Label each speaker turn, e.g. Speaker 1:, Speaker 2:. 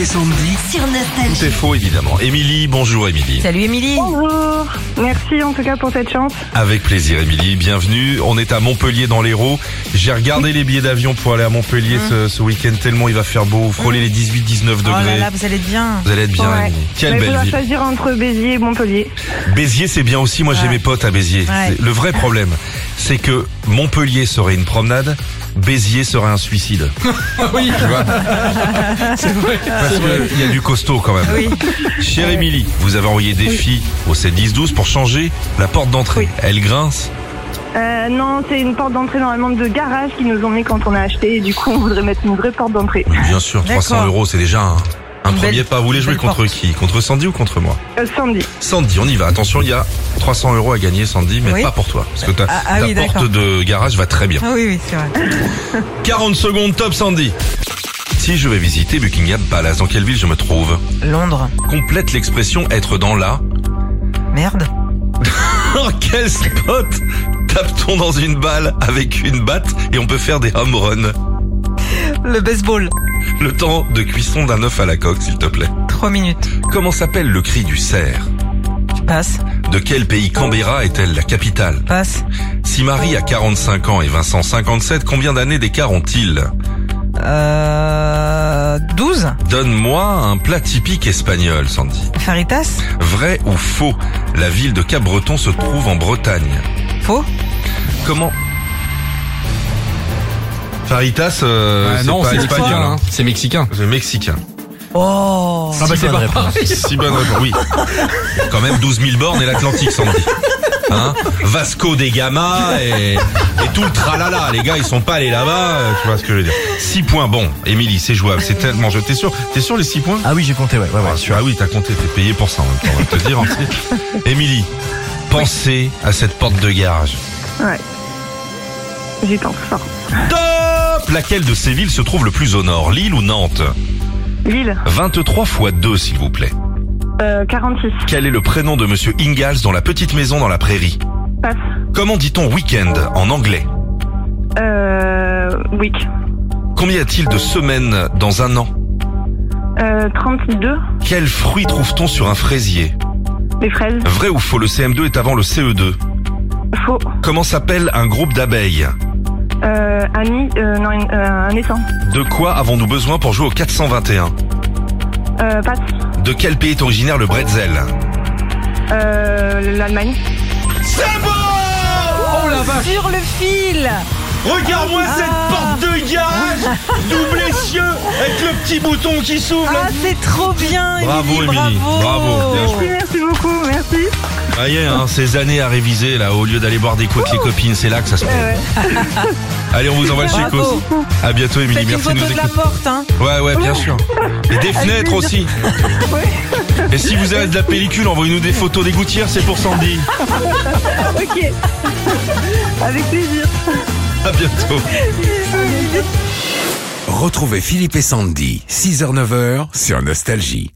Speaker 1: et Sandy
Speaker 2: sur Nostalgie.
Speaker 3: Tout est faux, évidemment. Émilie, bonjour Émilie.
Speaker 2: Salut Émilie.
Speaker 4: Oh
Speaker 5: Bonjour, merci en tout cas pour cette chance.
Speaker 3: Avec plaisir, Émilie. Bienvenue. On est à Montpellier dans l'Hérault. J'ai regardé les billets d'avion pour aller à Montpellier ce, ce week-end tellement il va faire beau. Frôler les 18-19
Speaker 2: Hum. Oh là
Speaker 3: degrés.
Speaker 2: là, vous allez être bien.
Speaker 3: Vous allez être bien,
Speaker 5: Ouais.
Speaker 3: Émilie. Quelle
Speaker 5: Bah, Je vais
Speaker 3: belle
Speaker 5: vouloir
Speaker 3: ville.
Speaker 5: choisir entre Béziers et Montpellier.
Speaker 3: Béziers, c'est bien aussi. Moi, j'ai
Speaker 2: Ouais.
Speaker 3: mes potes à Béziers.
Speaker 2: Ouais.
Speaker 3: C'est- Le vrai problème, c'est que Montpellier serait une promenade. Béziers serait un suicide.
Speaker 4: Oui, c'est vrai.
Speaker 3: Parce qu'il y a du costaud quand même.
Speaker 2: Oui.
Speaker 3: Chère Émilie, vous avez envoyé des filles au 7-10-12 pour changer la porte d'entrée. Elle grince.
Speaker 5: Euh, non, c'est une porte d'entrée normalement de garage qu'ils nous ont mis quand on a acheté. Et du coup, on voudrait mettre une vraie porte d'entrée.
Speaker 3: Oui, Bien sûr,
Speaker 2: D'accord.
Speaker 3: 300 euros, c'est déjà un, un
Speaker 2: Une
Speaker 3: premier
Speaker 2: belle-
Speaker 3: pas. Vous voulez
Speaker 2: une
Speaker 3: jouer
Speaker 2: belle
Speaker 3: contre
Speaker 2: porte.
Speaker 3: qui Contre Sandy ou contre moi
Speaker 5: Euh, Sandy.
Speaker 3: Sandy, on y va. Attention, il y a 300 euros à gagner, Sandy, mais
Speaker 2: Oui.
Speaker 3: pas pour toi. Parce que ta,
Speaker 2: Ah, ah
Speaker 3: ta
Speaker 2: oui,
Speaker 3: porte
Speaker 2: d'accord.
Speaker 3: de garage va très bien.
Speaker 2: Ah oui, oui, c'est vrai.
Speaker 3: 40 secondes, top Sandy. Si je vais visiter Buckingham Palace, dans quelle ville je me trouve
Speaker 2: Londres.
Speaker 3: Complète l'expression être dans la.
Speaker 2: Merde.
Speaker 3: Dans quel spot tape-t-on dans une balle avec une batte et on peut faire des home runs
Speaker 2: Le baseball.
Speaker 3: Le temps de cuisson d'un œuf à la coque, s'il te plaît.
Speaker 2: 3 minutes.
Speaker 3: Comment s'appelle le cri du cerf
Speaker 2: Passe.
Speaker 3: De quel pays Canberra est-elle la capitale
Speaker 2: Passe.
Speaker 3: Si Marie a 45 ans et Vincent 57, combien d'années d'écart ont-ils
Speaker 2: Euh, 12.
Speaker 3: Donne-moi un plat typique espagnol, Sandy.
Speaker 2: Faritas.
Speaker 3: Vrai ou faux La ville de Cap-Breton se trouve en Bretagne.
Speaker 2: Faux.
Speaker 3: Comment Faritas, euh,
Speaker 4: Ah
Speaker 3: c'est
Speaker 4: non,
Speaker 3: pas
Speaker 4: c'est
Speaker 3: espagnol.
Speaker 4: mexicain.
Speaker 3: hein.
Speaker 4: hein. C'est mexicain.
Speaker 3: C'est mexicain.
Speaker 2: Oh.
Speaker 4: Ah bah c'est pas pareil.
Speaker 3: Si bonne réponse. Oui. Quand même 12 000 bornes et l'Atlantique, Sandy. Hein Vasco des Gama et, et tout le tralala. Les gars, ils sont pas allés là-bas. euh, Tu vois ce que je veux dire 6 points. Bon, Émilie, c'est jouable. C'est tellement jeu. T'es sûr T'es sûr les 6 points
Speaker 4: Ah oui, j'ai compté, ouais. ouais,
Speaker 3: Ah, sûr. Ah oui, t'as compté. T'es payé pour ça en même temps. On va te le dire. entier. Émilie, pensez à cette porte de garage.
Speaker 5: Ouais. J'y pense fort.
Speaker 3: Top Laquelle de ces villes se trouve le plus au nord Lille ou Nantes
Speaker 5: Lille,
Speaker 3: 23 fois 2, s'il vous plaît.
Speaker 5: euh, 46.
Speaker 3: Quel est le prénom de Monsieur Ingalls dans la petite maison dans la prairie
Speaker 5: Passe.
Speaker 3: Comment dit-on week-end en anglais
Speaker 5: Euh, Wick.
Speaker 3: Combien y a-t-il de semaines dans un an
Speaker 5: Euh, 32.
Speaker 3: Quels fruits trouve-t-on sur un fraisier
Speaker 5: Les fraises.
Speaker 3: Vrai ou faux, le CM2 est avant le CE2
Speaker 5: Faux.
Speaker 3: Comment s'appelle un groupe d'abeilles
Speaker 5: Euh, Annie, euh, non, une- euh, un étang.
Speaker 3: De quoi avons-nous besoin pour jouer au 421
Speaker 5: Euh, passe.
Speaker 3: De quel pays est originaire le bretzel
Speaker 5: Euh, l'Allemagne.
Speaker 3: C'est bon
Speaker 4: Oh la vache.
Speaker 2: Sur le fil.
Speaker 3: Regarde-moi
Speaker 2: Ah.
Speaker 3: cette porte de garage double cieux avec le petit bouton qui s'ouvre.
Speaker 2: Ah, c'est trop bien,
Speaker 3: Bravo,
Speaker 2: Émilie.
Speaker 3: Émilie.
Speaker 2: Bravo.
Speaker 3: Bravo, bien
Speaker 5: Oui, merci beaucoup, merci.
Speaker 3: Ah yeah, hein, ces années à réviser là, au lieu d'aller boire des coups avec
Speaker 2: Oh.
Speaker 3: les copines, c'est là que ça se passe. Allez, on vous envoie le
Speaker 2: Eh Bravo.
Speaker 3: chèque À bientôt, Émilie.
Speaker 2: Faites une
Speaker 3: Merci de
Speaker 2: photo
Speaker 3: nous
Speaker 2: de
Speaker 3: écouter.
Speaker 2: la porte, hein.
Speaker 3: Ouais, ouais, bien sûr. Et des fenêtres aussi. Et si vous avez de la pellicule, envoyez-nous des photos des gouttières, c'est pour Sandy.
Speaker 5: Ok. Avec plaisir.
Speaker 3: À bientôt.
Speaker 1: Retrouvez Philippe et Sandy, 6h-9h sur Nostalgie.